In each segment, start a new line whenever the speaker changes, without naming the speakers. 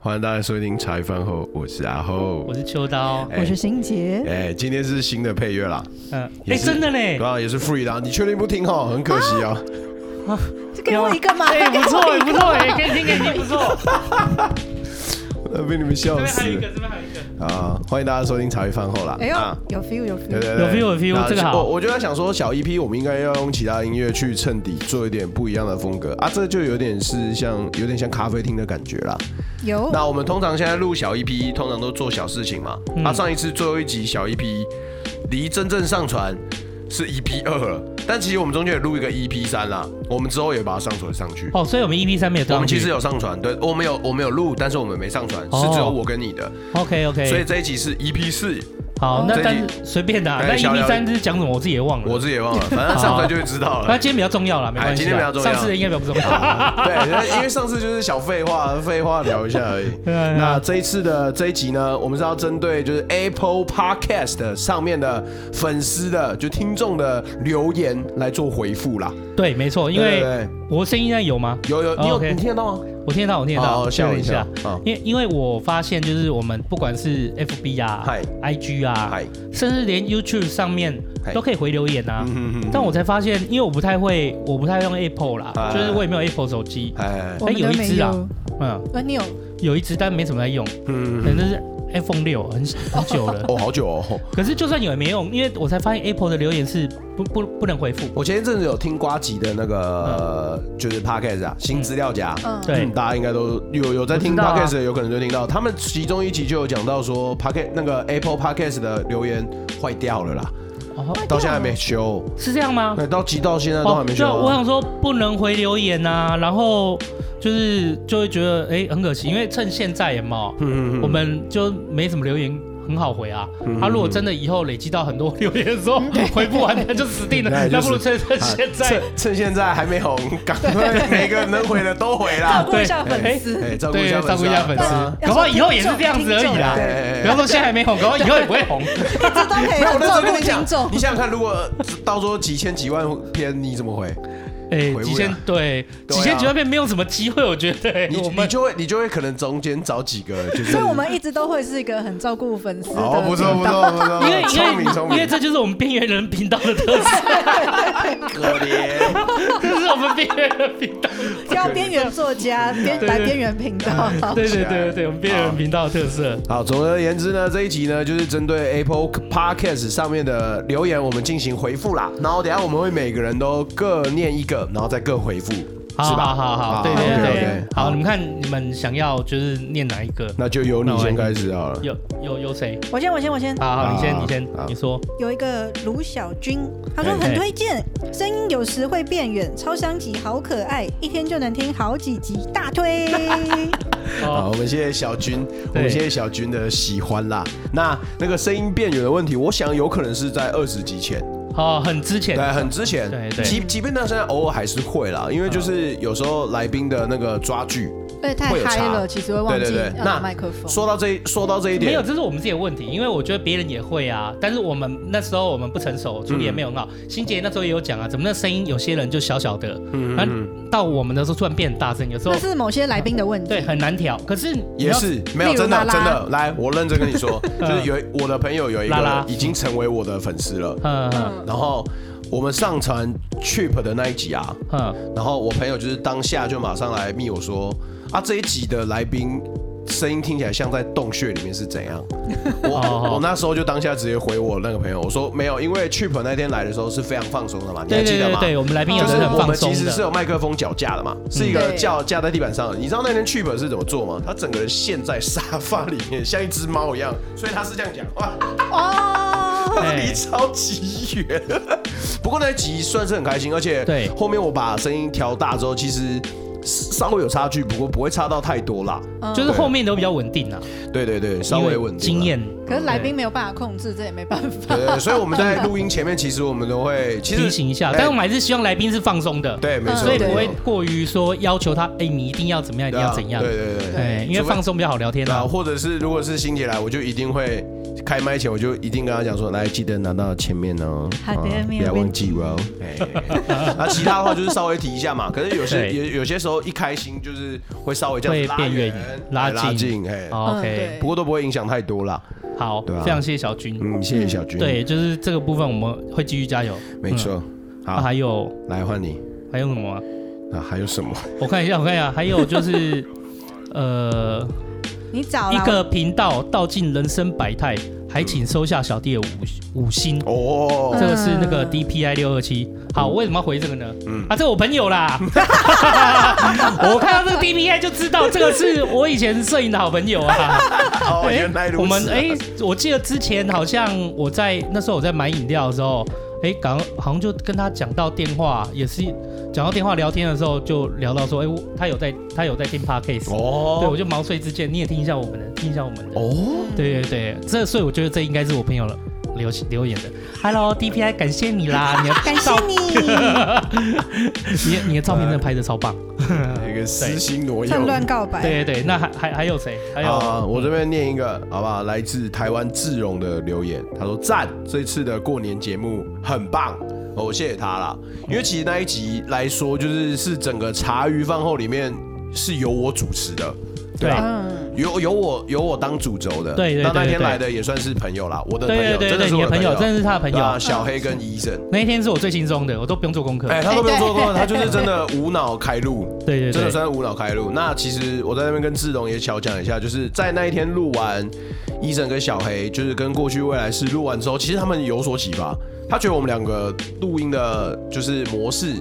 欢迎大家收听茶余饭后，我是阿后，
我是秋刀，
哎
我是心杰。
哎、今天是新的配乐啦，
嗯，
也
哎，
是
真的嘞
对，啊，也是 free 啦，你确定不听哦？很可惜哦。
就给我一个嘛，
哎，
给
不
我
错，哎
一个
不错，哎，可以听，可以听，不错。
那被你们
啊这
笑
边
死
还有一个，这边还有一个。
啊！欢迎大家收听茶余饭后啦。
哎呦
啊，
有 feel 有
对
feel，
对对，
有 feel，有 feel，
那
这个好
我我就在想说，小 EP 我们应该要用其他音乐去衬底，做一点不一样的风格啊。这就有点是像，有点像咖啡厅的感觉啦。
有
那我们通常现在录小 EP，通常都做小事情嘛。
嗯
啊，上一次最后一集小 EP 离真正上传是 EP 二了，但其实我们中间也录一个 EP 三啦，我们之后也把它上传上去。
哦，所以我们 EP 三没有
我
上
们
去
其实有上传，对我们有我们有录，但是我们没上传，
哦哎
是只有我跟你的，
OK
所以
OK，
这一集是 EP 四，
好，那
这一
但是随便的啊，
哎
那
小聊
EP 三是讲什么我自己也忘了。
我自己也忘了，反正上传就会知道
那
了。
今天比较重要啦，没关系
哎今
啦。
天比较重要
上次的应该比较不重要。
对，因为上次就是小废话，废话聊一下而已。
对啊
那这一次的这一集呢，我们是要针对就是 Apple Podcast 上面的粉丝的就听众的留言来做回复啦。
对，没错，因
对对
为
对
我声音现在有吗？
有有你有
OK
你听得到吗？
我听得到，我听得到，
哦
我
吓我
确认
一
一
跳
下
哦。
因为因为我发现就是我们不管是 FB 啊
嗨、
IG 啊，
嗨，
甚至连 YouTube 上面
嗨
都可以回留言啊。
嗯
但我才发现，因为我不太会，我不太用 Apple
啊
啦，就是我也没有 Apple 手机，
哎，
我们
有
都
一
没
只啊
有，
嗯，
呃，你有
有一只但没什么在用，可
嗯，
能就是 iPhone 六，很很久了。
哦，好久哦。
可是就算有也没用，因为我才发现 Apple 的留言是不不不能回复。
我前一阵子有听瓜吉的那个、
嗯
就是 podcast 啊，新资料夹。
嗯，
对
嗯大家应该都有有在听
我知道啊
podcast 的，有可能就听到。他们其中一集就有讲到说，podcast 那个 Apple podcast 的留言坏掉了啦，
哦，
坏掉了
到现在还没修。
是这样吗？
那到集到现在都还没修
就我
啊。
想说不能回留言呐、然后就是就会觉得哎、很可惜，因为趁现在也嘛，
嗯嗯嗯
我们就没什么留言。很好回啊，他、
嗯
如果真的以后累积到很多留言的时 候，回不完那就死定了，
那也就
那不如
是啊
趁趁现在。
趁趁现在还没红，赶快每个能回的都回
照
啦。
顾一下粉丝，
哎，照顾一
对
下，
照顾一下粉
对
丝
啊，
搞不好以后也是这样子而已啦。
对
对
哎哎
不要说现在还没红，搞不好以后也不 会红。
一直都可以
没有，我
很
那时
照
候
顾
跟你
听
讲，
众
啊你。想想看，如果到时候几千几万篇，你怎么回？
哎
回不，了
几千对
对啊
几千几万遍没有什么机会，我觉得哎
你
我
你
们
就会你就会可能中间找几个，就是
所以我们一直都会是一个很照顾粉丝的。
哦，不错不错不错，
因为
聪明
因
聪
为因为
明，
这就是我们边缘人频道的 特色，
可怜。
这是我们边缘人频道。
叫边缘作 家，边
对
来边缘频道。
对对对对，我们边缘人频道的特色。
好，总而言之呢，这一集呢就是针对 Apple Podcast 上面的留言，我们进行回复啦。然后等一下我们会每个人都各念一个，然后再各回复，
好
是吧？啊
好好好，对
好
对
OK
对
OK，，
好，你们看你们想要就是念哪一个？
那就由你先开始好了。
有有有谁？
我先我先我先，
好好，你先
好
你先
啊好
你说。
有一个卢小军，他说
嘿
很
嘿
推荐，声音有时会变远，超香集好可爱，一天就能听好几集，大 推。
好，
哦
我们谢谢小军，我们谢谢小军的喜欢啦。那那个声音变远的问题，我想有可能是在二十集前，
哦，很之前
对，很之前。
对对
即即便到现在偶尔还是会啦，因为就是有时候来宾的那个抓剧，
对，哎太
会有
嗨
差
了，其实
对
会忘
对
记
对。
要拿
那
麦克风。
说到这一说到这一
没有，
点，
这是我们自己的问题，因为我觉得别人也会啊，但是我们那时候我们不成熟，处理也没有很好。欣姐那时候也有讲啊，怎么那声音有些人就小小的，
嗯
然后
嗯
到我们的时候突然变很大声，有时候
那是某些来宾的问题。
对很难调。可是你
也
要
是没有
例如
真的
拉拉
真的，来，我认真跟你 说，就是有一我的朋友有一
拉
个
拉
已经成为我的粉丝了，
嗯嗯
嗯
然后我们上传 trip 的那一集啊，
嗯，
然后我朋友就是当下就马上来密我说啊，这一集的来宾声音听起来像在洞穴里面是怎样？我
哦
我那时候就当下直接回我那个朋友，我说没有，因为 trip 那天来的时候是非常放松的嘛，你还
对
记
对
得
对
吗？
对，我们来宾有
就
的
是
是很
我
放
们其
松
实是
的，嗯
有麦克风脚架的嘛，是一个
对
架架在地板上的。你知道那天 Chip 是怎么做吗？他整个人陷在沙发里面，像一只猫一样，所以他是这样讲话，
哦，
他
哎
离超级远。 不过那一集算是很开心，而且
对
后面我把声音调大之后，其实稍微有差距，不过不会差到太多啦。
就是后面都比较稳定啊。
对对对，稍微稳定了
经。验。
可是来宾没有办法控制，这也没办法。
对对对，所以我们在录音前面，其实我们都会其实
提醒一下，
哎
但我们还是希望来宾是放松的，
对，没错，
所以
没
不
错
会过于说要求他，哎，你一定要怎么样，一定
对啊
要怎样，
对对对对
哎，因为
除非
放松比较好聊天
对啊，
啊。
或者是如果是欣姐来，我就一定会开麦前，我就一定跟她讲说，来记得拿到前面哦，
好的
啊
没有
不要
问
忘记哦。 哎，那其他的话就是稍微提一下嘛，可是有些
对
有有些时候一开心就是会稍微这样子
会
拉
变
远
远
哎
拉
拉
近哦
近，哎，
好
嗯
OK，
对
不过都不会影响太多啦。
好
对啊，
非常谢谢小军。
嗯，谢谢小军，，
对，就是这个部分我们会继续加油。
没错。
啊，
好，
还有
来换你。
还有什么啊？
啊，还有什么？
我看一下，我看 一下，还有就是，呃，
你找
一
啦
个频道道尽人生百态，还请收下小弟的五五星。
哦，
这个是那个
嗯
DPI 六二七。好，为什么要回这个呢？
嗯
啊，这我朋友 啦。我看到这个 DPI 就知道，这个是我以前摄影的好朋友啊。
哦，
哎
原来如此。
我们哎、我记得之前好像我在那时候我在买饮料的时候，哎、刚好像就跟他讲到电话，也是讲到电话聊天的时候，就聊到说，哎、我他有在他有在听 podcast，、对我
哦，
就毛遂自荐，你也听一下我们的，听一下我们的。
哦，
对对对，这所以我觉得这应该是我朋友了留留言的。Hello DPI，感谢你 啦，你的
感谢
照
你
你的你的照片真的拍的超 棒。
一个私心挪
趁
用。
乱告白，
对对对，那还还还有谁？还有、
啊，我这边念一个，好不好？来自台湾智荣的留言，他说赞，这次的过年节目很棒，哦我谢谢他啦。因为其实那一集来说，就是是整个茶余饭后里面是由我主持的，
对
吧？
嗯，
由由我由我当主轴的，
对对对
那那天
对
来的也算是朋友啦，我的朋
对
友，
对
真的
对
是
对，你
我
的朋友真的是他的朋
对啊
友。
小黑跟医生。
那一天是我最轻松的，我都不用做功课。
哎、他都没有做过，
哎
他就是真的无脑开路，
对对对
真的算是无脑开路。那其实我在那边跟志龙也小讲一下，就是在那一天录完，医生跟小黑就是跟过去未来式录完之后，其实他们有所启发。他觉得我们两个录音的就是模式，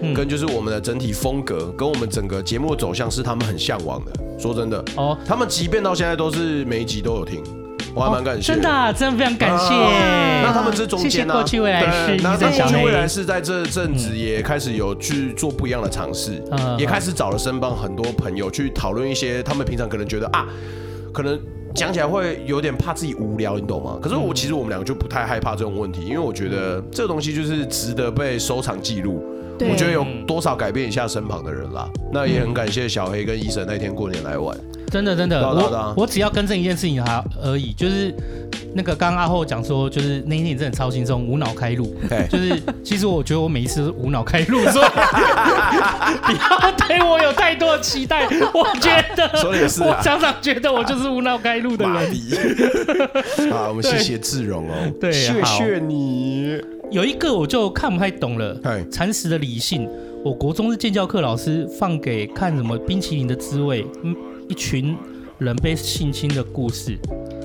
嗯
跟就是我们的整体风格，跟我们整个节目的走向是他们很向往的。说真的，
哦，
他们即便到现在都是每一集都有听，我还蛮感谢、
真的啊、真的非常感谢。
啊那他们这中
嗯谢谢
间呢、
过去未来式
对那
医
那
生小
过去
黑
未来是在这阵子也开始有去做不一样的尝试，
嗯
也开始找了身帮很多朋友去讨论一些他们平常可能觉得啊，可能。讲起来会有点怕自己无聊，你懂吗？可是我其实我们两个就不太害怕这种问题，因为我觉得这个东西就是值得被收藏记录。
对
我觉得有多少改变一下身旁的人啦。
嗯
那也很感谢小黑跟医生那天过年来 玩。
真的真的，
对啊对啊对啊
我我只要更正一件事情还而已，就是那个刚刚阿后讲说，就是那一天真的超轻松，无脑开路。
哎，
就是其实我觉得我每一次都是无脑开路，所 以不要对我有太多期待。我觉得
说得也是啊
我常常觉得我就是无脑开路的
马
人。
迪， 啊，我们谢谢志荣哦，
对
谢
好
谢你。
有一个我就看不太懂了
嗨，
蚕食的理性。我国中是建教课老师放给看什么冰淇淋的滋味，嗯，一群人被性侵的故事，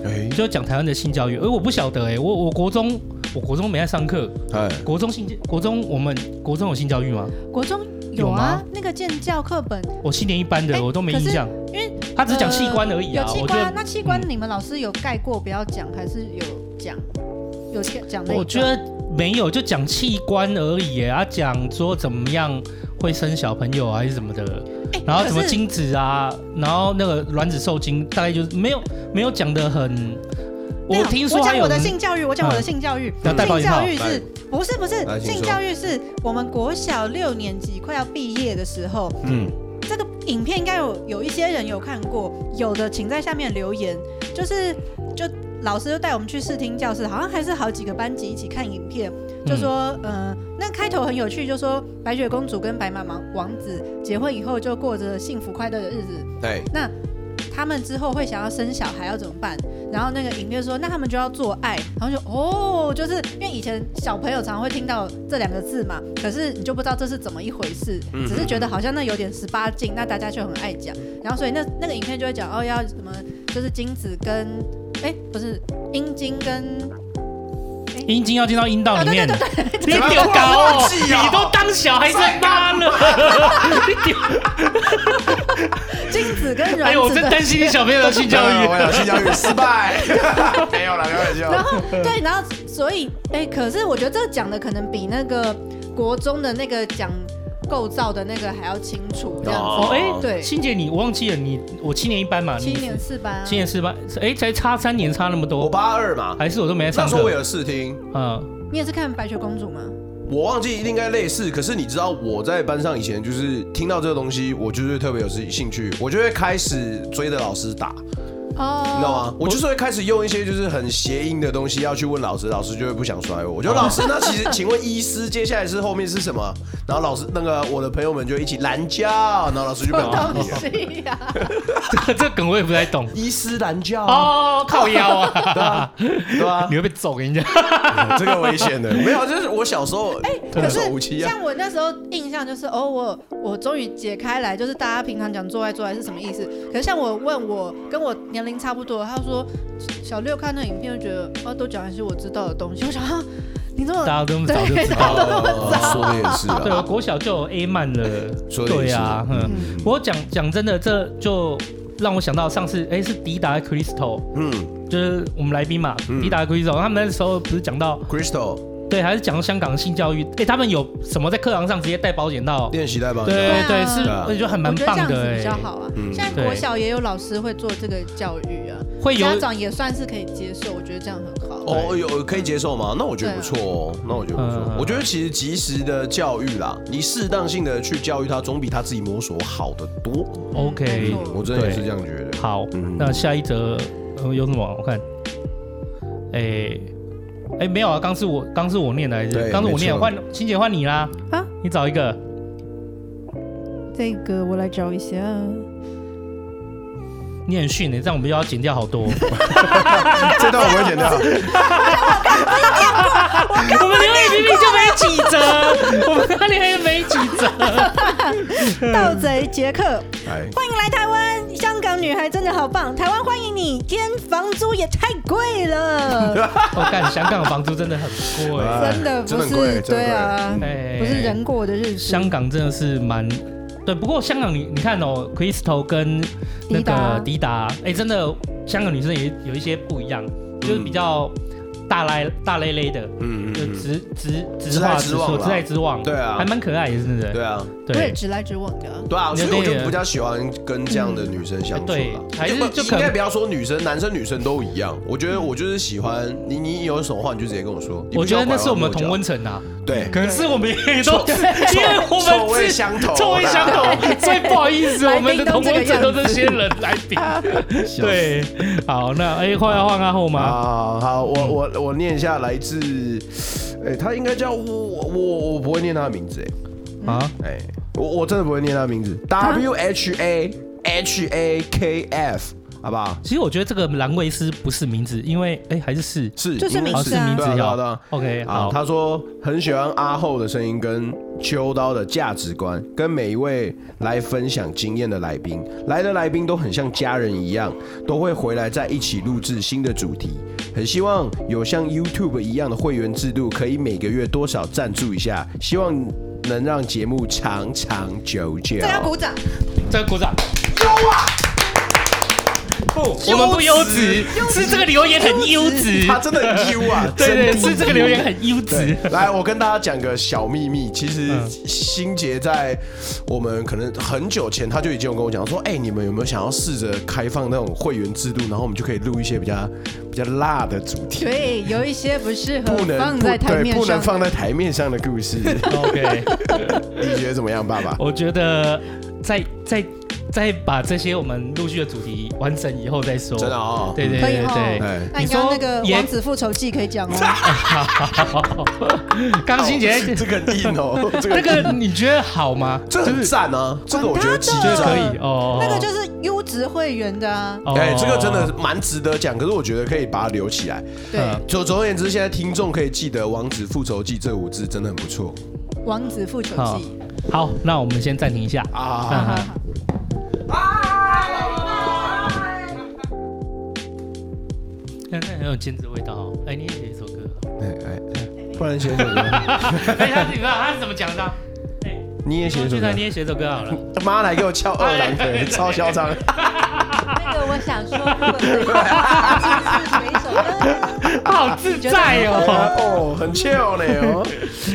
哎
就讲台湾的性教育。而我不晓得哎、我我国中我国中没在上课，
哎，
国中性国中我们国中有性教育吗？
国中有
有
啊
吗，
那个建教课本，
我七年一班的
哎
我都没
可
印
是
象，
因为
他只是讲器官而已啊
呃。有器
我觉
官啊，
得嗯
那器官你们老师有盖过不要讲，还是有讲？有讲那一段？
我觉得没有，就讲器官而已耶、啊，讲说怎么样会生小朋友啊还是什么的。
哎，
然后
可
什么
是
精子啊，然后那个卵子受精，大概就是没有没有讲的很。我
没有
听说
啊我
还
讲
有
我的
人嗯
性教育，我讲我的性教育，
要戴保
性
险套
教育是不是不是
来请说
性教育是我们国小六年级快要毕业的时候，
嗯，
这个影片应该有有一些人有看过，有的请在下面留言，就是就老师就带我们去试听教室，好像还是好几个班级一起看影片，就说呃，那开头很有趣，就说白雪公主跟白马王王子结婚以后就过着幸福快乐的日子，
对，
那他们之后会想要生小孩要怎么办？然后那个影片说，那他们就要做爱，然后就哦，就是因为以前小朋友常常会听到这两个字嘛，可是你就不知道这是怎么一回事，
嗯
只是觉得好像那有点十八禁，那大家就很爱讲，然后所以那那个影片就会讲哦，要什么就是精子跟哎不是阴茎跟
阴茎要进到阴道里面，你
对
丢
我
搞
忘
哦，
记哦
你都当小孩生妈了，
精子跟
哎呦，
卵
我
子
真
的
担心你小朋友的性教
啊我
育。
想性教育失败， 没有了，开玩笑。
然后对，然后所以哎、可是我觉得这个讲的可能比那个国中的那个讲构造的那个还要清楚，这样子。
哦，哎、
对，
欣姐你我忘记了你，我七年一班嘛，
七
你
年四班、啊，
七年四班，哎、才差三年差那么
我
多，
八二嘛，
还是我都没在
那
上
时候我
课，
有试听，
嗯，
你也是看白雪公主吗？
我忘记应该类似，可是你知道我在班上以前就是听到这个东西，我就是特别有兴趣，我就会开始追着老师打，你
哦，
知道吗？我就是会开始用一些就是很谐音的东西要去问老师，老师就会不想甩我。我就老师，那其实请问医师接下来是后面是什么？然后老师那个我的朋友们就一起拦教，然后老师就不
什
想
么
搭
哦东
理了。
西啊呀、
这个梗我也不太懂。
医师拦教啊，
哦，靠腰
对
啊！
啊，对啊
你，会被揍，我跟你讲。
这个危险的，没有，就是我小时候
哎可
童
是
叟无欺啊。
像我那时候印象就是，哦，我我终于解开来，就是大家平常讲做爱做爱是什么意思？可是像我问我跟我年龄差不多，他说小六看那影片就觉得，哦，都讲的是我知道的东西。我想啊，你这么
大家都那么早就
对
知道了。
哦说的也是
对啊，
啊，
国小就有 A 漫了。
说的也是
对啊，嗯。
嗯
不过讲讲真的，这就让我想到上次，哎，是迪达 Crystal，
嗯
就是我们来宾嘛，
嗯
迪达 Crystal，他们那时候不是讲到，
，Crystal
对，还是讲到香港性教育，哎，他们有什么在课堂上直接带保险套？
练习代吧。
对
对
对，
啊
是
对啊，
我觉得很蛮
我觉得
棒
这样
的，
子比较
哎，
好啊。
嗯
现在国小也有老师会做这个教育啊，
会有
家长也算是可以接受，我觉得这样很好。
哦，有可以接受吗？那我觉得不错哦，
啊
那我觉得不错
嗯。
我觉得其实及时的教育啦，你适当性的去教育他，总比他自己摸索好得多。
OK
没
嗯
错，
我真的也是这样觉得。
好，
嗯
那下一则、呃、有什么？我看，哎、哎、没有啊，刚是我刚是我念的还是
对
刚是我念的，
没
换欣姐换你啦
啊，
你找一个，
这个我来找一下。
你很逊的、欸这样我们又要剪掉好 多。
这段我会剪 掉。
我们留言明明就没几折，我们那里还没几折。
盗贼杰克，
哎，
欢迎来台湾！香港女孩真的好棒，台湾欢迎你。今天房租也太 贵了，
我、干，香港的房租真的很贵、
啊
真的
真
不
的很贵真的很贵
是对啊，
哎
不是人过的日子。
香港真的是蛮。对，不过香港你你看哦，Crystal 跟那
迪达
个迪达，哎、真的香港女生也有一些不一样，就是比较大咧大咧咧的，
嗯嗯
就
嗯，
直直直
直来
话
直
直
往
说，
啦
直来直往，
对啊
还蛮可爱的，真的。
对啊，
我也
对，
直来直往的啊，
对啊，所以我就比较喜欢跟这样的女生相处啦
嗯。对还是就可
应
能
该不要说女生，男生女生都一样。我觉得我就是喜欢你，你有什么话你就直接跟我说。你不
我
需
觉
要
得那是我
拐
们同
弯抹
温层啊，
角。对，
可能是我们 也都
臭
因为我
臭
们
味
是
相投啦，
臭味相同， 所以不好意思，
来
我
宾
们的同温层都是这些人来 宾。
笑死
对，好，那哎，换要换阿后吗？
啊，好，我我我念一下，来自，哎、他应该叫我我我不会念他的名字，
啊，
哎、哎，我我真的不会念他的名字，W
啊
H A H A K F，好不好？
其实我觉得这个兰维斯不是名字，因为哎还是是
是，
就是
应该
名
哦
字
是名
对
字
啊对啊
要
对啊
OK
啊
好，，
他说很喜欢阿厚的声音跟秋刀的价值观，跟每一位来分享经验的来宾，来的来宾都很像家人一样，都会回来在一起录制新的主题。很希望有像 YouTube 一样的会员制度，可以每个月多少赞助一下，希望能让节目长长久久
这。个要鼓掌。
这个鼓掌。优啊！不，我们不优质，是这个留言很优质。
他真的很 U 啊，
对对，
真的
是这个留言很优质
对。， 来，我跟大家讲个小秘密。其实
嗯
心杰在我们可能很久前，他就已经有跟我讲说，哎、你们有没有想要试着开放那种会员制度，然后我们就可以录一些比较比较辣的主题，
对，有一些不适合
不能
放
不
在台
对，
面
不能
上。
放在台面上的故 事。
OK，
你觉得怎么样，爸爸？
我觉得再再再把这些我们陆续的主题完整以后再说。
真的哦，
对对
可以
对对
哦
哎
那你刚刚那个
你
《
说
王子复仇记》可以讲哦，
对， 刚欣姐
这个很硬 哦，这
这
个
个你觉得好 吗？
这很赞啊，这个我觉得极
管
觉
他
得
的
赞。
可以哦。
那个就是优质会员的啊。
哦
哎、这个真的蛮值得讲，可是我觉得可以把它留起来。
对，
嗯
《
总总而言之，现在听众可以记得《王子复仇记》这五字真的很不错
王子复仇
好
记》。
好，那我们先暂停一下。
啊。
嗯
好
好
好
那那很哎有兼职味道哦。哎，你也写一首歌。
哎哎，哎，不然写一首歌，
哎，他你知道他是怎么讲的啊？哎，
你也写一首
俊
歌
才，你也写一首歌好了。
他妈来给我翘二郎
哎
腿， 超嚣张。
那个我想说，如果可以，是哪一首呢？
好自在 哦。
哦，很 chill 呢哦！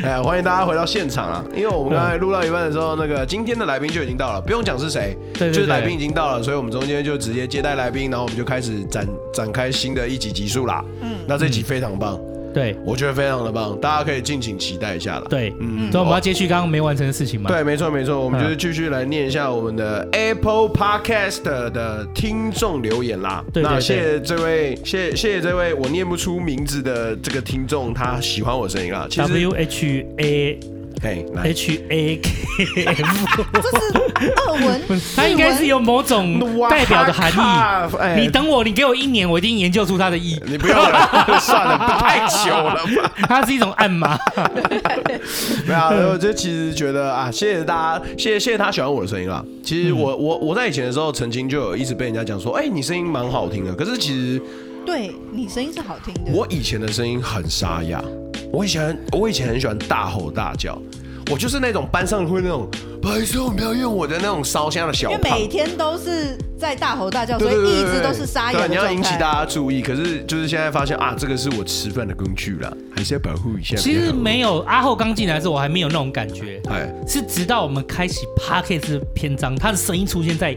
哎，欢迎大家回到现场啊！因为我们刚才录到一半的时候，那个今天的来宾就已经到了，不用讲是谁，
对对
就是
对
来宾已经到了，所以我们中间就直接接待来宾，然后我们就开始展展开新的一集集数啦。嗯，那这集非常棒，
对
我觉得非常的棒，大家可以敬请期待一下啦。，
对，
嗯
所以我们
好
要接续刚刚没完成的事情嘛。
对，没错没错，我们就是继续来念一下我们的 Apple Podcast 的听众留言啦。
对对
那
对
谢谢这位，谢谢谢这位我念不出名字的这个听众，他喜欢我声音啦。其实，
W H A
嘿，来，
H A K F，，
这是俄文
它应该是有某种哎代表的含义。
义。哎
你等我，你给我一年，我一定研究出它的意。
你不要了， 算了，太久了吧。
它是一种暗码。
没有啊，我就其实觉得啊，谢谢大家，谢谢谢谢他喜欢我的声音啦。其实我、我我在以前的时候，曾经就有一直被人家讲说，哎、你声音蛮好听的。可是其实
对你声音是好听的。
我以前的声音很沙哑，我以前我以前很喜欢大吼大叫，我就是那种班上会那种白色不要用我的那种烧香的小
因为
胖
每。天都是在大吼大叫，
对
所
对
以
对
一
对
直
对
都是沙哑
对
的
你要
状
引起
态。
大家注意。可是就是现在发现啊，这个是我吃饭的工具了，还是要保护一下。
其实没有阿后刚进来的时候，我还没有那种感觉，
哎，
是直到我们开启 Podcast 篇章，他的声音出现在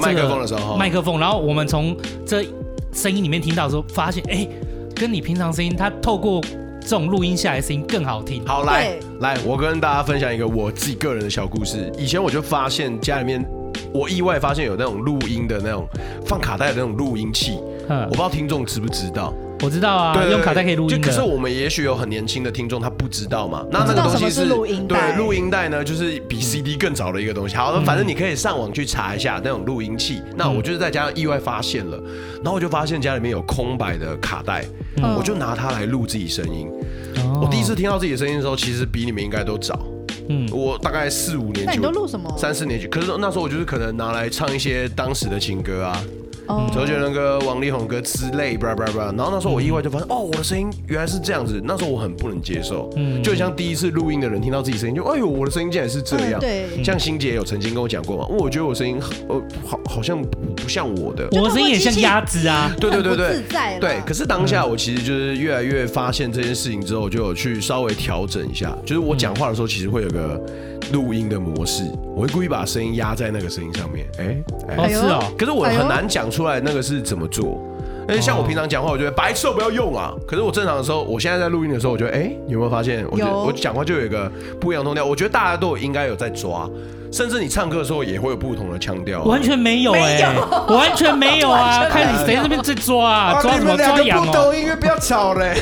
麦克风的时候，
麦克风，然后我们从这声音里面听到的时候，发现哎、跟你平常声音，它透过这种录音下来的声音更好听。
好，来
对
来，我跟大家分享一个我自己个人的小故事。以前我就发现家里面，我意外发现有那种录音的那种放卡带的那种录音器，我
嗯
不，知道听众知不知道。
我知道啊，
对，对
用卡带可以录音
就可是
的。
我们也许有很年轻的听众，他不知道嘛。那那
嗯知
个
道
东
什
西
么是录音带嗯
对，录音带呢，就是比 CD 更早的一个东西。好的，反正你可以上网去查一下那种录音器。那
嗯
我就是在家意外发现了，然后我就发现家里面有空白的卡带，
嗯
我就拿它来录自己声音。
哦
我第一次，听到自己的声音的时候，其实比你们应该都早。
嗯，
我大概四五年
那你
级，
都录什么？
三四年级，可是那时候我就是可能拿来唱一些当时的情歌啊，
哦
周杰伦歌、王力宏歌之类，叭叭叭。然后那时候我意外就发现，哦，我的声音原来是这样子。那时候我很不能接受，
嗯
就很像第一次录音的人听到自己声音，就哎呦，我的声音竟然是这样。
嗯对
像欣姐有曾经跟我讲过嘛，我觉得我声音很呃好好像不不像我的。
我的声音也像鸭子啊。
对对对
很不
对
自在啊啦
对。可是当下我其实就是越来越发现这件事情之后，我就有去稍微调整一下，就是我讲话的时候其实会有个录音的模式，我会故意把声音压在那个声音上面。哎
哦，
哎，
哎
是
呦
哦，
可是我很
哎呦
难讲出来那个是怎么做。
哎
因为像我平常讲话，我觉得白痴我不要用啊。可是我正常的时候，我现在在录音的时候，我觉得，哎、你有没有发现？我觉得
有
我讲话就有一个不一样的腔调。我觉得大家都有应该有在抓，甚至你唱歌的时候也会有不同的腔调啊、
完全没有哎、我 完全没有啊！看你谁在那边在抓啊，抓什么抓羊哦？
音乐，不要吵嘞！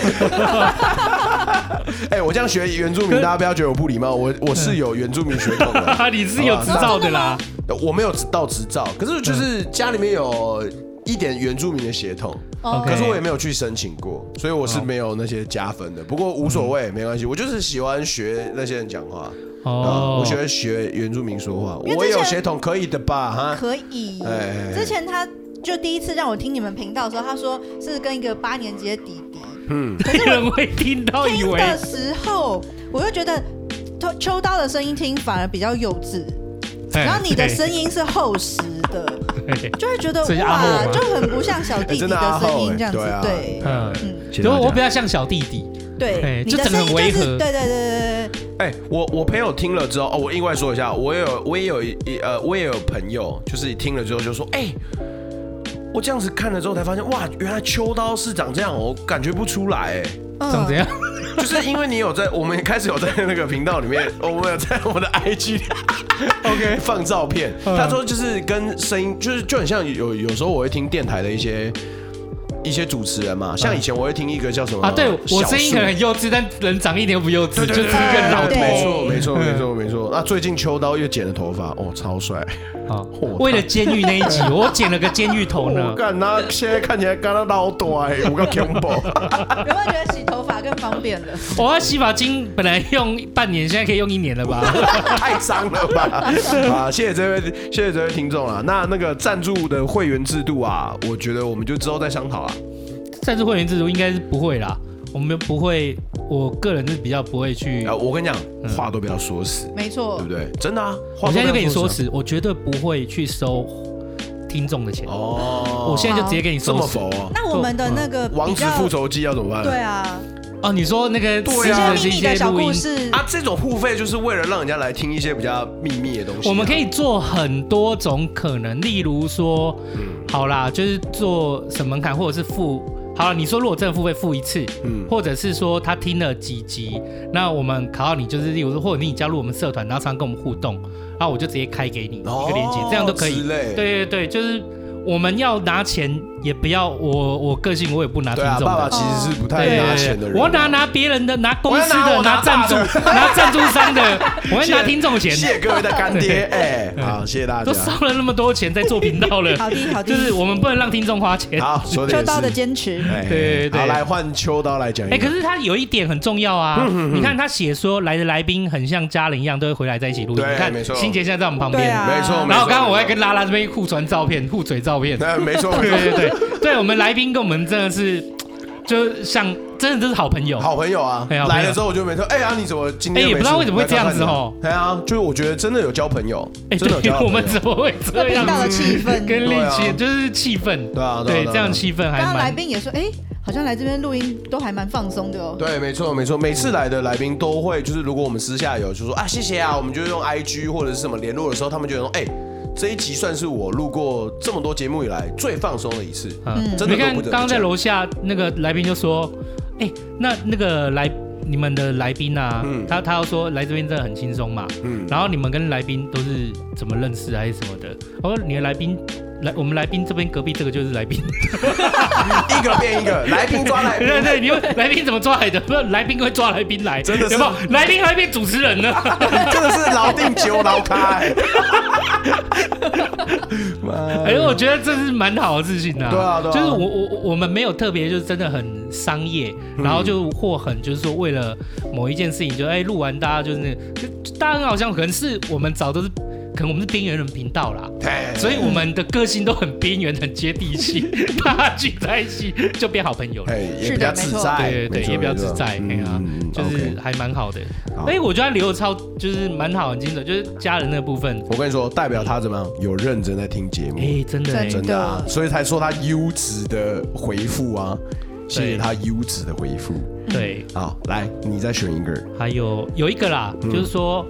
哎，我这样学原住民，大家不要觉得我不礼貌，我我是
嗯
有原住民血统
哈
的，
哈你是有执照的啦，
我没有到执照，可是就是
嗯
家里面有一点原住民的血统。
哦
OK
可是我也没有去申请过，所以我
哦
是没有那些加分的。不过无所谓，没关系，我就是喜欢学那些人讲话。
嗯哦
哦，我喜欢学原住民说话，
因为
我也
之
有
前
血统，可以的吧？哈，
可以
哎哎哎。
之前他就第一次让我听你们频道的时候，他说是跟一个八年级的弟弟。
嗯，
可
有
是
人会听
我
到以
听
为
的时候，我就觉得秋秋刀的声音听反而比较幼稚，
哎
哎
然后你的声音是厚实的，
音，
就会觉得
所以是阿
哇
厚吗，
就很不像小弟
哎
弟
真的阿
的声
厚
音
哎
这样子
对啊。
对，
嗯，
嗯，
谢谢
就
大家
我比较像小弟弟，哎
对，你
就
的
整个
声音就
违
是
和
对对对对对对，
哎、我我朋友听了之后，哦，我另外说一下，我也有我也有一一呃，我也有朋友，就是听了之后就说，哎、我这样子看了之后才发现，哇，原来秋刀是长这样，我感觉不出来，哎，
长怎
嗯，
样？
就是因为你有在，我们也开始有在那个频道里 面，哦我们有在我们的 IG 里 OK 放照片，
嗯
他说就是跟声音，就是就很像有有时候我会听电台的一些。一些主持人嘛，像以前我会听一个叫什么
嗯啊，对
哦小
我声音
树
可能很幼稚，但人长一点都不幼稚，
对
就
对对
是一
对
个老
对
对
没
头。
错，没错，没错，没错。那啊最近秋刀又剪了头发，哦，超帅！
啊
我操
为了监狱那一 集，我剪了个监狱头
我
呢。
哦干他现在看起来干他老短，我个 combo。
有没有觉得洗头发更方便了？
我要哦啊洗发精本来用半年，现在可以用一年了吧？
太脏了吧！啊，谢谢这位，谢谢这位听众啊。那那个赞助的会员制度啊，我觉得我们就之后再商讨啊。
赞助会员制度应该是不会啦，我们不会，我个人是比较不会去
啊，。我跟你讲，话都不要说死，
没错
哦对不，对？真的啊，
嗯我
话都
现在就
不
跟
要
你说
死。
实，我绝对不会去收听众的钱。
哦，
我现在就直接给你
这
收
么
拾
佛、哦，
那我们的那
嗯
个
王
比
子
较
复仇记要怎么办？
对啊，
哦，你说那个
对
私
啊
下
一
的
些
这
秘密
些
的小
录
故
音，
事
啊，这种付费就是为了让人家来听一些比较秘密的东西啊、
我们可以做很多种可能，例如说，
嗯
好啦，就是做什么门槛，或者是付。好了，你说如果真的付费付一次，
嗯
或者是说他听了几集，那我们考到你就是，例如说，或者你加入我们社团，然后常常跟我们互动，然后我就直接开给你一
哦
个链接，这样都可以
之。类
对对对，就是我们要拿钱也不要我我个性我也不拿听
对啊，
众
爸爸
的。哦
其实是不
对
太拿钱的人啊，
我拿拿别人的，拿公司
我要拿
的，
我拿
赞助
爸，
拿赞助商的， 我会拿听众钱
谢，谢各位的干爹，哎、好，谢谢大家
都。烧了那么多钱在做频道了，
好的好的，
就是我们不能让听众花钱。
好，说的也
秋
是
刀的坚持，
哎
对对对
好，来换秋刀来讲一
哎、
个。
可是他有一点很重要
嗯
啊！你看他写说来的来宾很像家人一样，都会回来在一起录音。
对
你看
没错
新杰现在在我们旁
对
边，
啊，
没错
然后刚刚我还跟拉拉这边互传照片、互嘴照片。
那没错，
对对 对，对我们来宾跟我们真的是，就是像真的就是好朋友。
好朋友啊，
哎好朋
来
友
了之后我就没说，哎啊，你怎么今天
哎也不知道
没事
为什么会这样子哦。
来看看你对啊，就是我觉得真的有交朋友，
哎、
真的有
对
交，
我
朋友
们怎么会这
这
样
频道的
子？
气氛。
跟力
对
气
啊
就是气氛，
对啊，啊
对，
啊
这样气氛还
刚刚来
蛮。
宾也说，哎，好像来这边录音都还蛮放松的哦。
对，没错没错，每次来的来宾都会，就是如果我们私下有就说啊谢谢啊，我们就用 IG 或者是什么联络的时候，他们就会说哎、这一集算是我录过这么多节目以来最放松的一次，
嗯
真的
你
都
看
不得
刚刚在
讲
楼下那个来宾就说，哎、那那个来你们的来宾啊，
嗯
他他要说来这边真的很轻松嘛，
嗯，
然后你们跟来宾都是怎么认识还是什么的？我说你的来宾来，我们来宾这边隔壁这个就是来宾，
一个变一个，来宾抓来宾
对，对，你们来宾怎么抓来的？不 是来宾会抓来宾来，
真的是
有没有来宾还会变主持人呢？
真的是老定揪老 开，
哎、我觉得这是蛮好的事情啊。
对啊对啊
就是我我我们没有特别，就是真的很商业，然后就或很就是说为了某一件事情就，哎录完大家就是那个，就大家很好像可能是我们早都是，可能我们是边缘人频道啦。
对
所以我们的个性都很边缘，很接地气，大家聚在一起就变好朋友 了
哎。也
是
比
的
较
没
自
错
在，
对对对，
没错
也比较
没错
自在，哎呀
嗯嗯，
就是
，OK
还蛮好的
好。
哎，我觉得刘超就是蛮好，很精准，就是家人那部分，
我跟你说，代表他怎么样，有认真在听节目，
哎，真的哎，
真
真的啊，所以才说他优质的回复啊，谢谢他优质的回复。
对。
好，来，你再选一个，
还有有一个啦，
嗯
就是说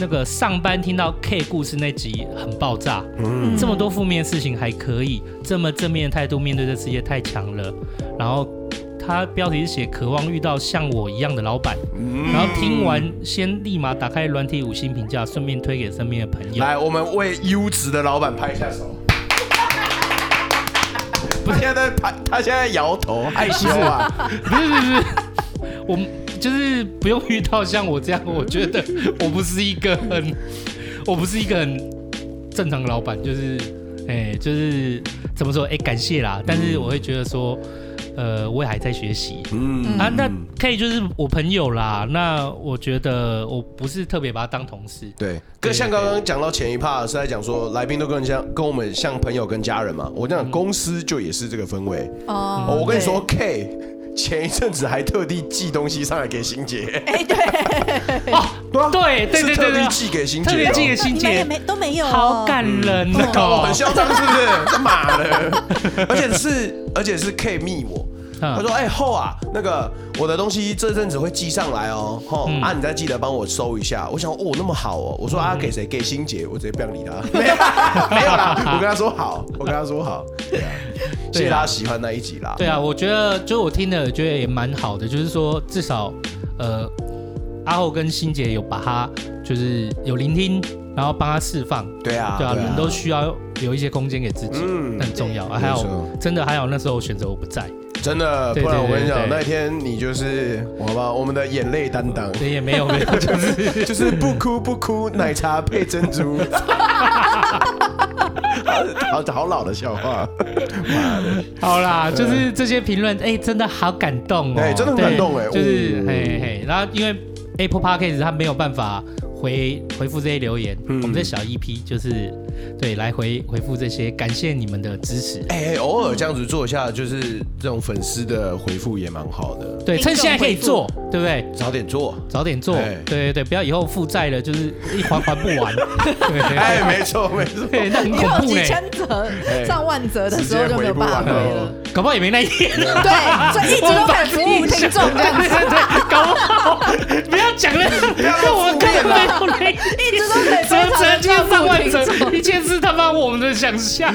那个上班听到 K 故事那集很爆炸，
嗯
这么多负面事情还可以，这么正面的态度面对这世界太强了。然后他标题是写渴望遇到像我一样的老板，
嗯
然后听完先立马打开软体五星评价，顺便推给身边的朋友。
来，我们为优质的老板拍一下手。他现在在拍，他现在摇头，害羞啊！
不是不是不是，我们就是不用遇到像我这样，我觉得我不是一个很，我不是一个很正常的老板，就是哎、就是怎么说哎、感谢啦，但是我会觉得说，呃，我也还在学习。
嗯
啊，那 K 就是我朋友啦。那我觉得我不是特别把他当同事，
对，跟像刚刚讲到前一趴是在讲说，来宾都跟像跟我们像朋友跟家人嘛。我
嗯
讲公司就也是这个氛围。
哦
哦，我跟你说，K 前一阵子还特地寄东西上来给欣姐，
哦，
对啊
对哎对对
是
对
特
对
地，寄给欣姐哦，
特别寄给
对，
欣
你们也
姐，
没都没有哦，
好感人
那搞我
哦
很。嚣张是不是？他妈的！ 而且是而且是 K 密我，
嗯
他说：“哎、后啊，那个我的东西这阵子会寄上来哦，吼、
嗯
啊，你再记得帮我收一下。”我想哦，那么好哦，我说啊，给谁？给欣姐，我直接不想理 他，没有啦，没有啦，我跟他说好，我跟他说好，对啊，谢谢大家喜欢那一集啦。
对啊，我觉得就是我听了，觉得也蛮好的，就是说至少呃，阿后跟欣姐有把他就是有聆听，然后帮他释放，
对啊，
对啊，人都需要留一些空间给自己，
嗯
很重要。啊
没
还
错
有真的还有那时候选择我不在，
真的，
对
不然
对
我跟你讲，
对对
那天你就是好吧，我们的眼泪担当。
对也没有 没有，就是
就是不哭不哭，奶茶配珍珠。 好好老的笑 话，
好啦，就是这些评论，哎、真的好感动哦，
哎真的很感动哎
对就是
哦
嘿嘿，然后因为 Apple Podcast 它没有办法回回复这些留言，
嗯
我们这小 EP 就是对来回回复这些，感谢你们的支持。
哎、偶尔这样子做一下，就是这种粉丝的回复也蛮好的，
对，
听
趁
众
现在可以
回复
做，对不对？
早点做。
早点做，
哎
对对对，不要以后负债了，就是一还还不 完。
哎、
对
没错没 错，
对，那很
以
恐
后
怖欸
几
呢、
千折
哎、
上万折的时候就没有办法 回了。
搞不好也没那一天。啊
对，所以一直都很服务 听众这样
对
子，
对对，搞不好不要讲了，那我们根本
啊
没有那一天。
一直都可以
折
非常
折
的
就上
照顾
万
听
折，
众。
一切是他妈我们的想象。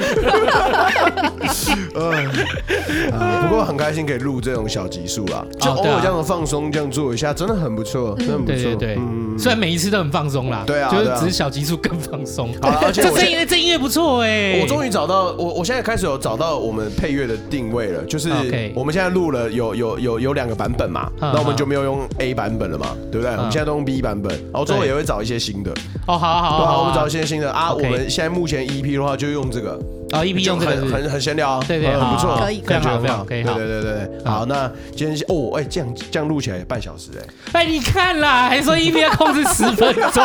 啊不过很开心可以录这种小集数啦，就
哦
偶
对啊
尔这样放松，这样做一下，真的很不错，真的很不
对
错。
对对
嗯，
虽然每一次都很放松啦，
对啊
就是
对啊
只是小集数更放松。
好啊了而且
这
我
声音这音乐不错哎，
我终
于
于找到我，我现在开始有找到我们配乐的定位了，就是
啊 OK
我们现在录了有有有有两个版本嘛，
嗯
那我们就没有用 A 版本了嘛，对不对？我们现在都用 B 版本，然后之后
啊对
也会找一些新的，
哦，好好好
对啊，
好好，
我们找一些新的啊。我
OK
们现在目前 EP 的话就用这个
哦，EP 用这个是
很
不是
很很闲聊，
对对
很不
好
错，
可以
非
感
常好
觉很
非常好可以好
对对对对，
好
好，那今天先哦，哎，这样这样录起来半小时 哎，
哎，你看啦，还说一边要控制十分钟，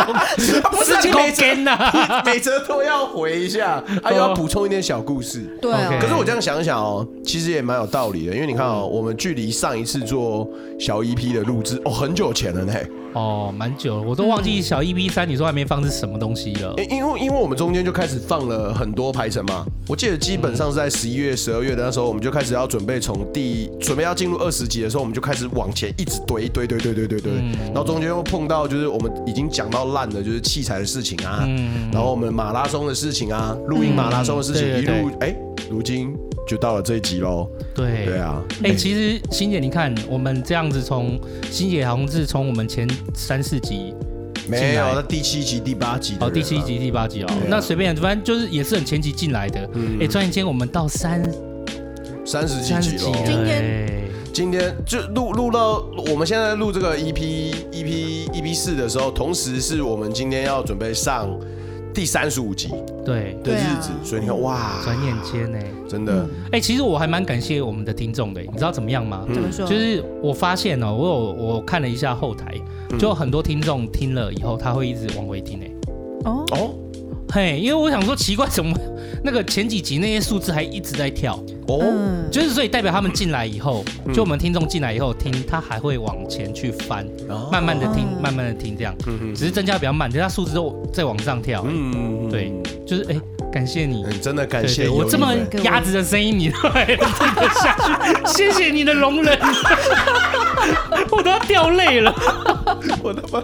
不 是
就
你
够啊
每
干呐。
每则都要回一下，啊，又要补充一点小故事。
对啊
OK
可是我这样想一想哦，其实也蛮有道理的，因为你看哦，我们距离上一次做小 EP 的录制哦，很久前了呢。
哦，蛮久了，我都忘记小 EP 三，你说还没放是什么东西了。
因因为因为我们中间就开始放了很多排程嘛，我记得基本上是在十一月、十二月的那时候，我们就开始要准备从第准备要进入二十集的时候，我们就开始往前一直堆堆堆堆堆堆堆，
嗯
然后中间又碰到就是我们已经讲到烂的，就是器材的事情啊，
嗯
然后我们马拉松的事情啊，录音马拉松的事情，
嗯对
一
对
路哎、如今就到了这一集喽。
对
对。啊，
哎、其实欣姐，你看我们这样子从欣姐好像是从我们前三四集
没
进
有，
来
那第七集、第八集的人
哦，
啊
第七集、第八集哦，
对啊
那随便，反正就是也是很前期进来的。哎、
嗯
转眼间我们到三
三十几
三十
集
集
喽
了。。
今天
哎
今天就录录到我们现在录这个 E EP EP EP E 四的时候，同时是我们今天要准备上第三十五集
对，
的
对
日
啊
子，所以你看哇，
转眼间哎、
真的，
哎、其实我还蛮感谢我们的听众的，你知道怎么样吗？
嗯怎么说？
嗯就是我发现哦、我有我看了一下后台，
嗯
就很多听众听了以后，他会一直往回听哎、
哦，
哦
嘿，因为我想说奇怪，怎么那个前几集那些数字还一直在跳？
哦，
嗯，
就是所以代表他们进来以后，
嗯
就我们听众进来以后听，他还会往前去翻，
哦
慢慢的听，
哦
慢慢的听这样，
嗯
只是增加比较慢，但它数字都在往上跳。
嗯
对，就是哎、感谢你。
嗯，真的
对
感
对
谢有
我
你
这么
们
各位
鸭子的声音，你都还听得下去，谢谢你的容忍， 我都要掉泪了。
我他妈，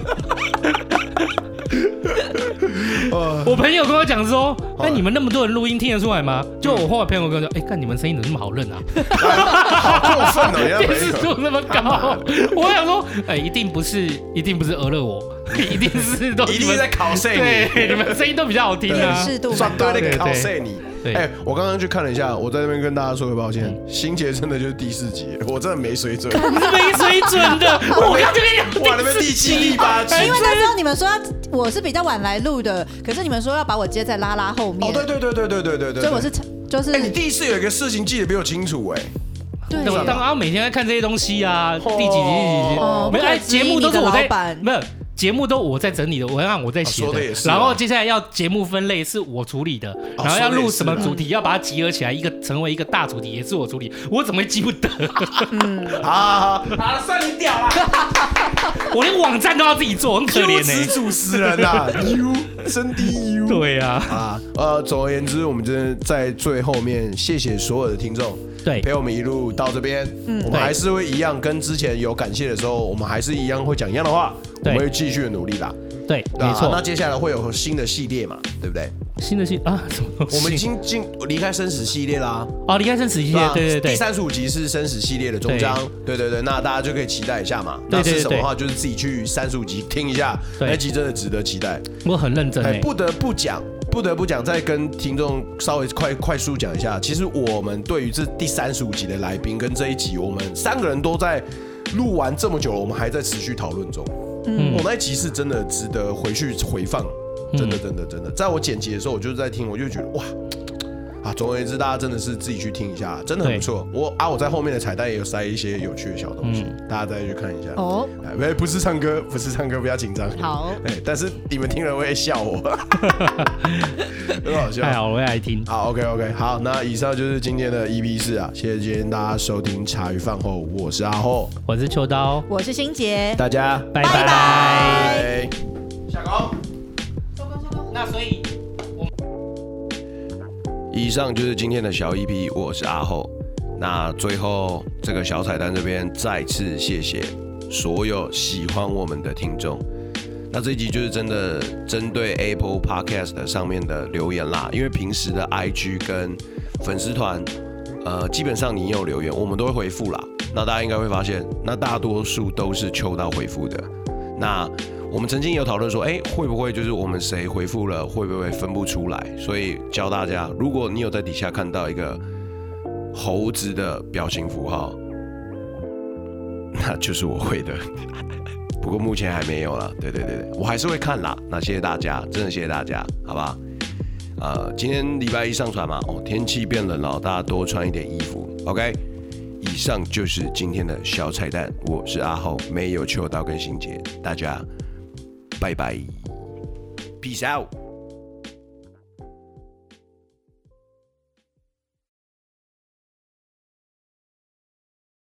呃，
我朋友跟我讲说，那
好嗯
你们那么多人录音听得出来吗？就我后来朋友跟我说，哎，看你们声音怎么那么好认 啊？
好过分哦，你 那
辨识
朋友，
度那么高，我想说，哎、一定不是，一定不是讹了我， 一定是都
一定是在考试你。
对你们声音都比较好听啊。
适度
算
蛮高
对
的
那个
对
考
对
试你。
对嗯
哎、我刚刚去看了一下，我在那边跟大家说个抱歉，新杰真的就是第四集，我真的没水 准，
你是没水准 的，我刚就跟你讲，
哇，那边第七、第八集，
因为那时候你们说要我是比较晚来录的，可是你们说要把我接在拉拉后面，
哦，对对对对对对对对，
所以我是就是
哎、你第一次有一个事情记得比我清楚哎、
对
对，我当然每天在看这些东西啊，第几集、第几集，
哦
没有哎，节目都是我
不可思议
在
你的老板，
没有。节目都我在整理的文案，我在写
哦说的也是啊哦
然后接下来要节目分类是我处理的，然后要录什么主题，
啊
要把它集合起来，一个成为一个大主题也是我处理，我怎么会记不 得？
欸，啊，
好了，算你屌啦！ 我连网站都要自己做，很可
优
怜欸
质
呢、
主持人呐、 啊、，U 真低 U，
对呀、
啊，呃，总而言之，我们真的在最后面，谢谢所有的听众。
对
陪我们一路到这边，
嗯
我
对
们还是会一样，跟之前有感谢的时候，我们还是一样会讲一样的话，我
对
们会继续的努力啦。
对，
啊
没
那
错。
接下来会有新的系列嘛，对不对？
新的系啊，什么东西？
我们已经进离开生死系列啦，
哦，离开生死系列
吧，
对对
第
对，
三十五集是生死系列的终章，对对对，那大家就可以期待一下嘛。
对对
那是什么
对
的话，就是自己去三十五集听一下，
对
那集真的值得期待。
我很认真
哎，
哎、
不得不讲，不得不讲，再跟听众稍微快快速讲一下，其实我们对于这第三十五集的来宾跟这一集，我们三个人都在录完这么久了，我们还在持续讨论中。嗯，我那一集是真的值得
嗯
回去回放，真的真的真的，在我剪辑的时候，我就是在听，我就觉得哇。啊，总而言之，大家真的是自己去听一下，真的很不错。我啊，我在后面的彩蛋也有塞一些有趣的小东西，
嗯
大家再去看一下。
哦，
哎，没不是唱歌，不是唱歌，不要紧张。
好，
哎，但是你们听了会笑我，很好笑
太。好了，我也来听。
好，OK OK，好，那以上就是今天的 EP 四啊，谢谢今天大家收听茶余饭后，我是阿后，
我是秋刀，
我是心杰，
大家
拜拜。
拜，下工。
那所以。
以上就是今天的小 EP，我是阿后。那最后这个小彩蛋这边再次谢谢所有喜欢我们的听众。那这一集就是真的针对 Apple Podcast 上面的留言啦，因为平时的 IG 跟粉丝团，呃，基本上你有留言，我们都会回复啦。那大家应该会发现，那大多数都是秋到回复的。那我们曾经有讨论说，哎，会不会就是我们谁回复了，会不会分不出来？所以教大家，如果你有在底下看到一个猴子的表情符号，那就是我会的。 不过目前还没有啦，对对对对，我还是会看啦。那谢谢大家，真的谢谢大家，好吧？呃，今天礼拜一上传嘛，哦，天气变冷了，大家多穿一点衣服，OK？以上就是今天的小彩蛋，我是阿豪，没有秋刀跟心杰，大家拜拜，peace out。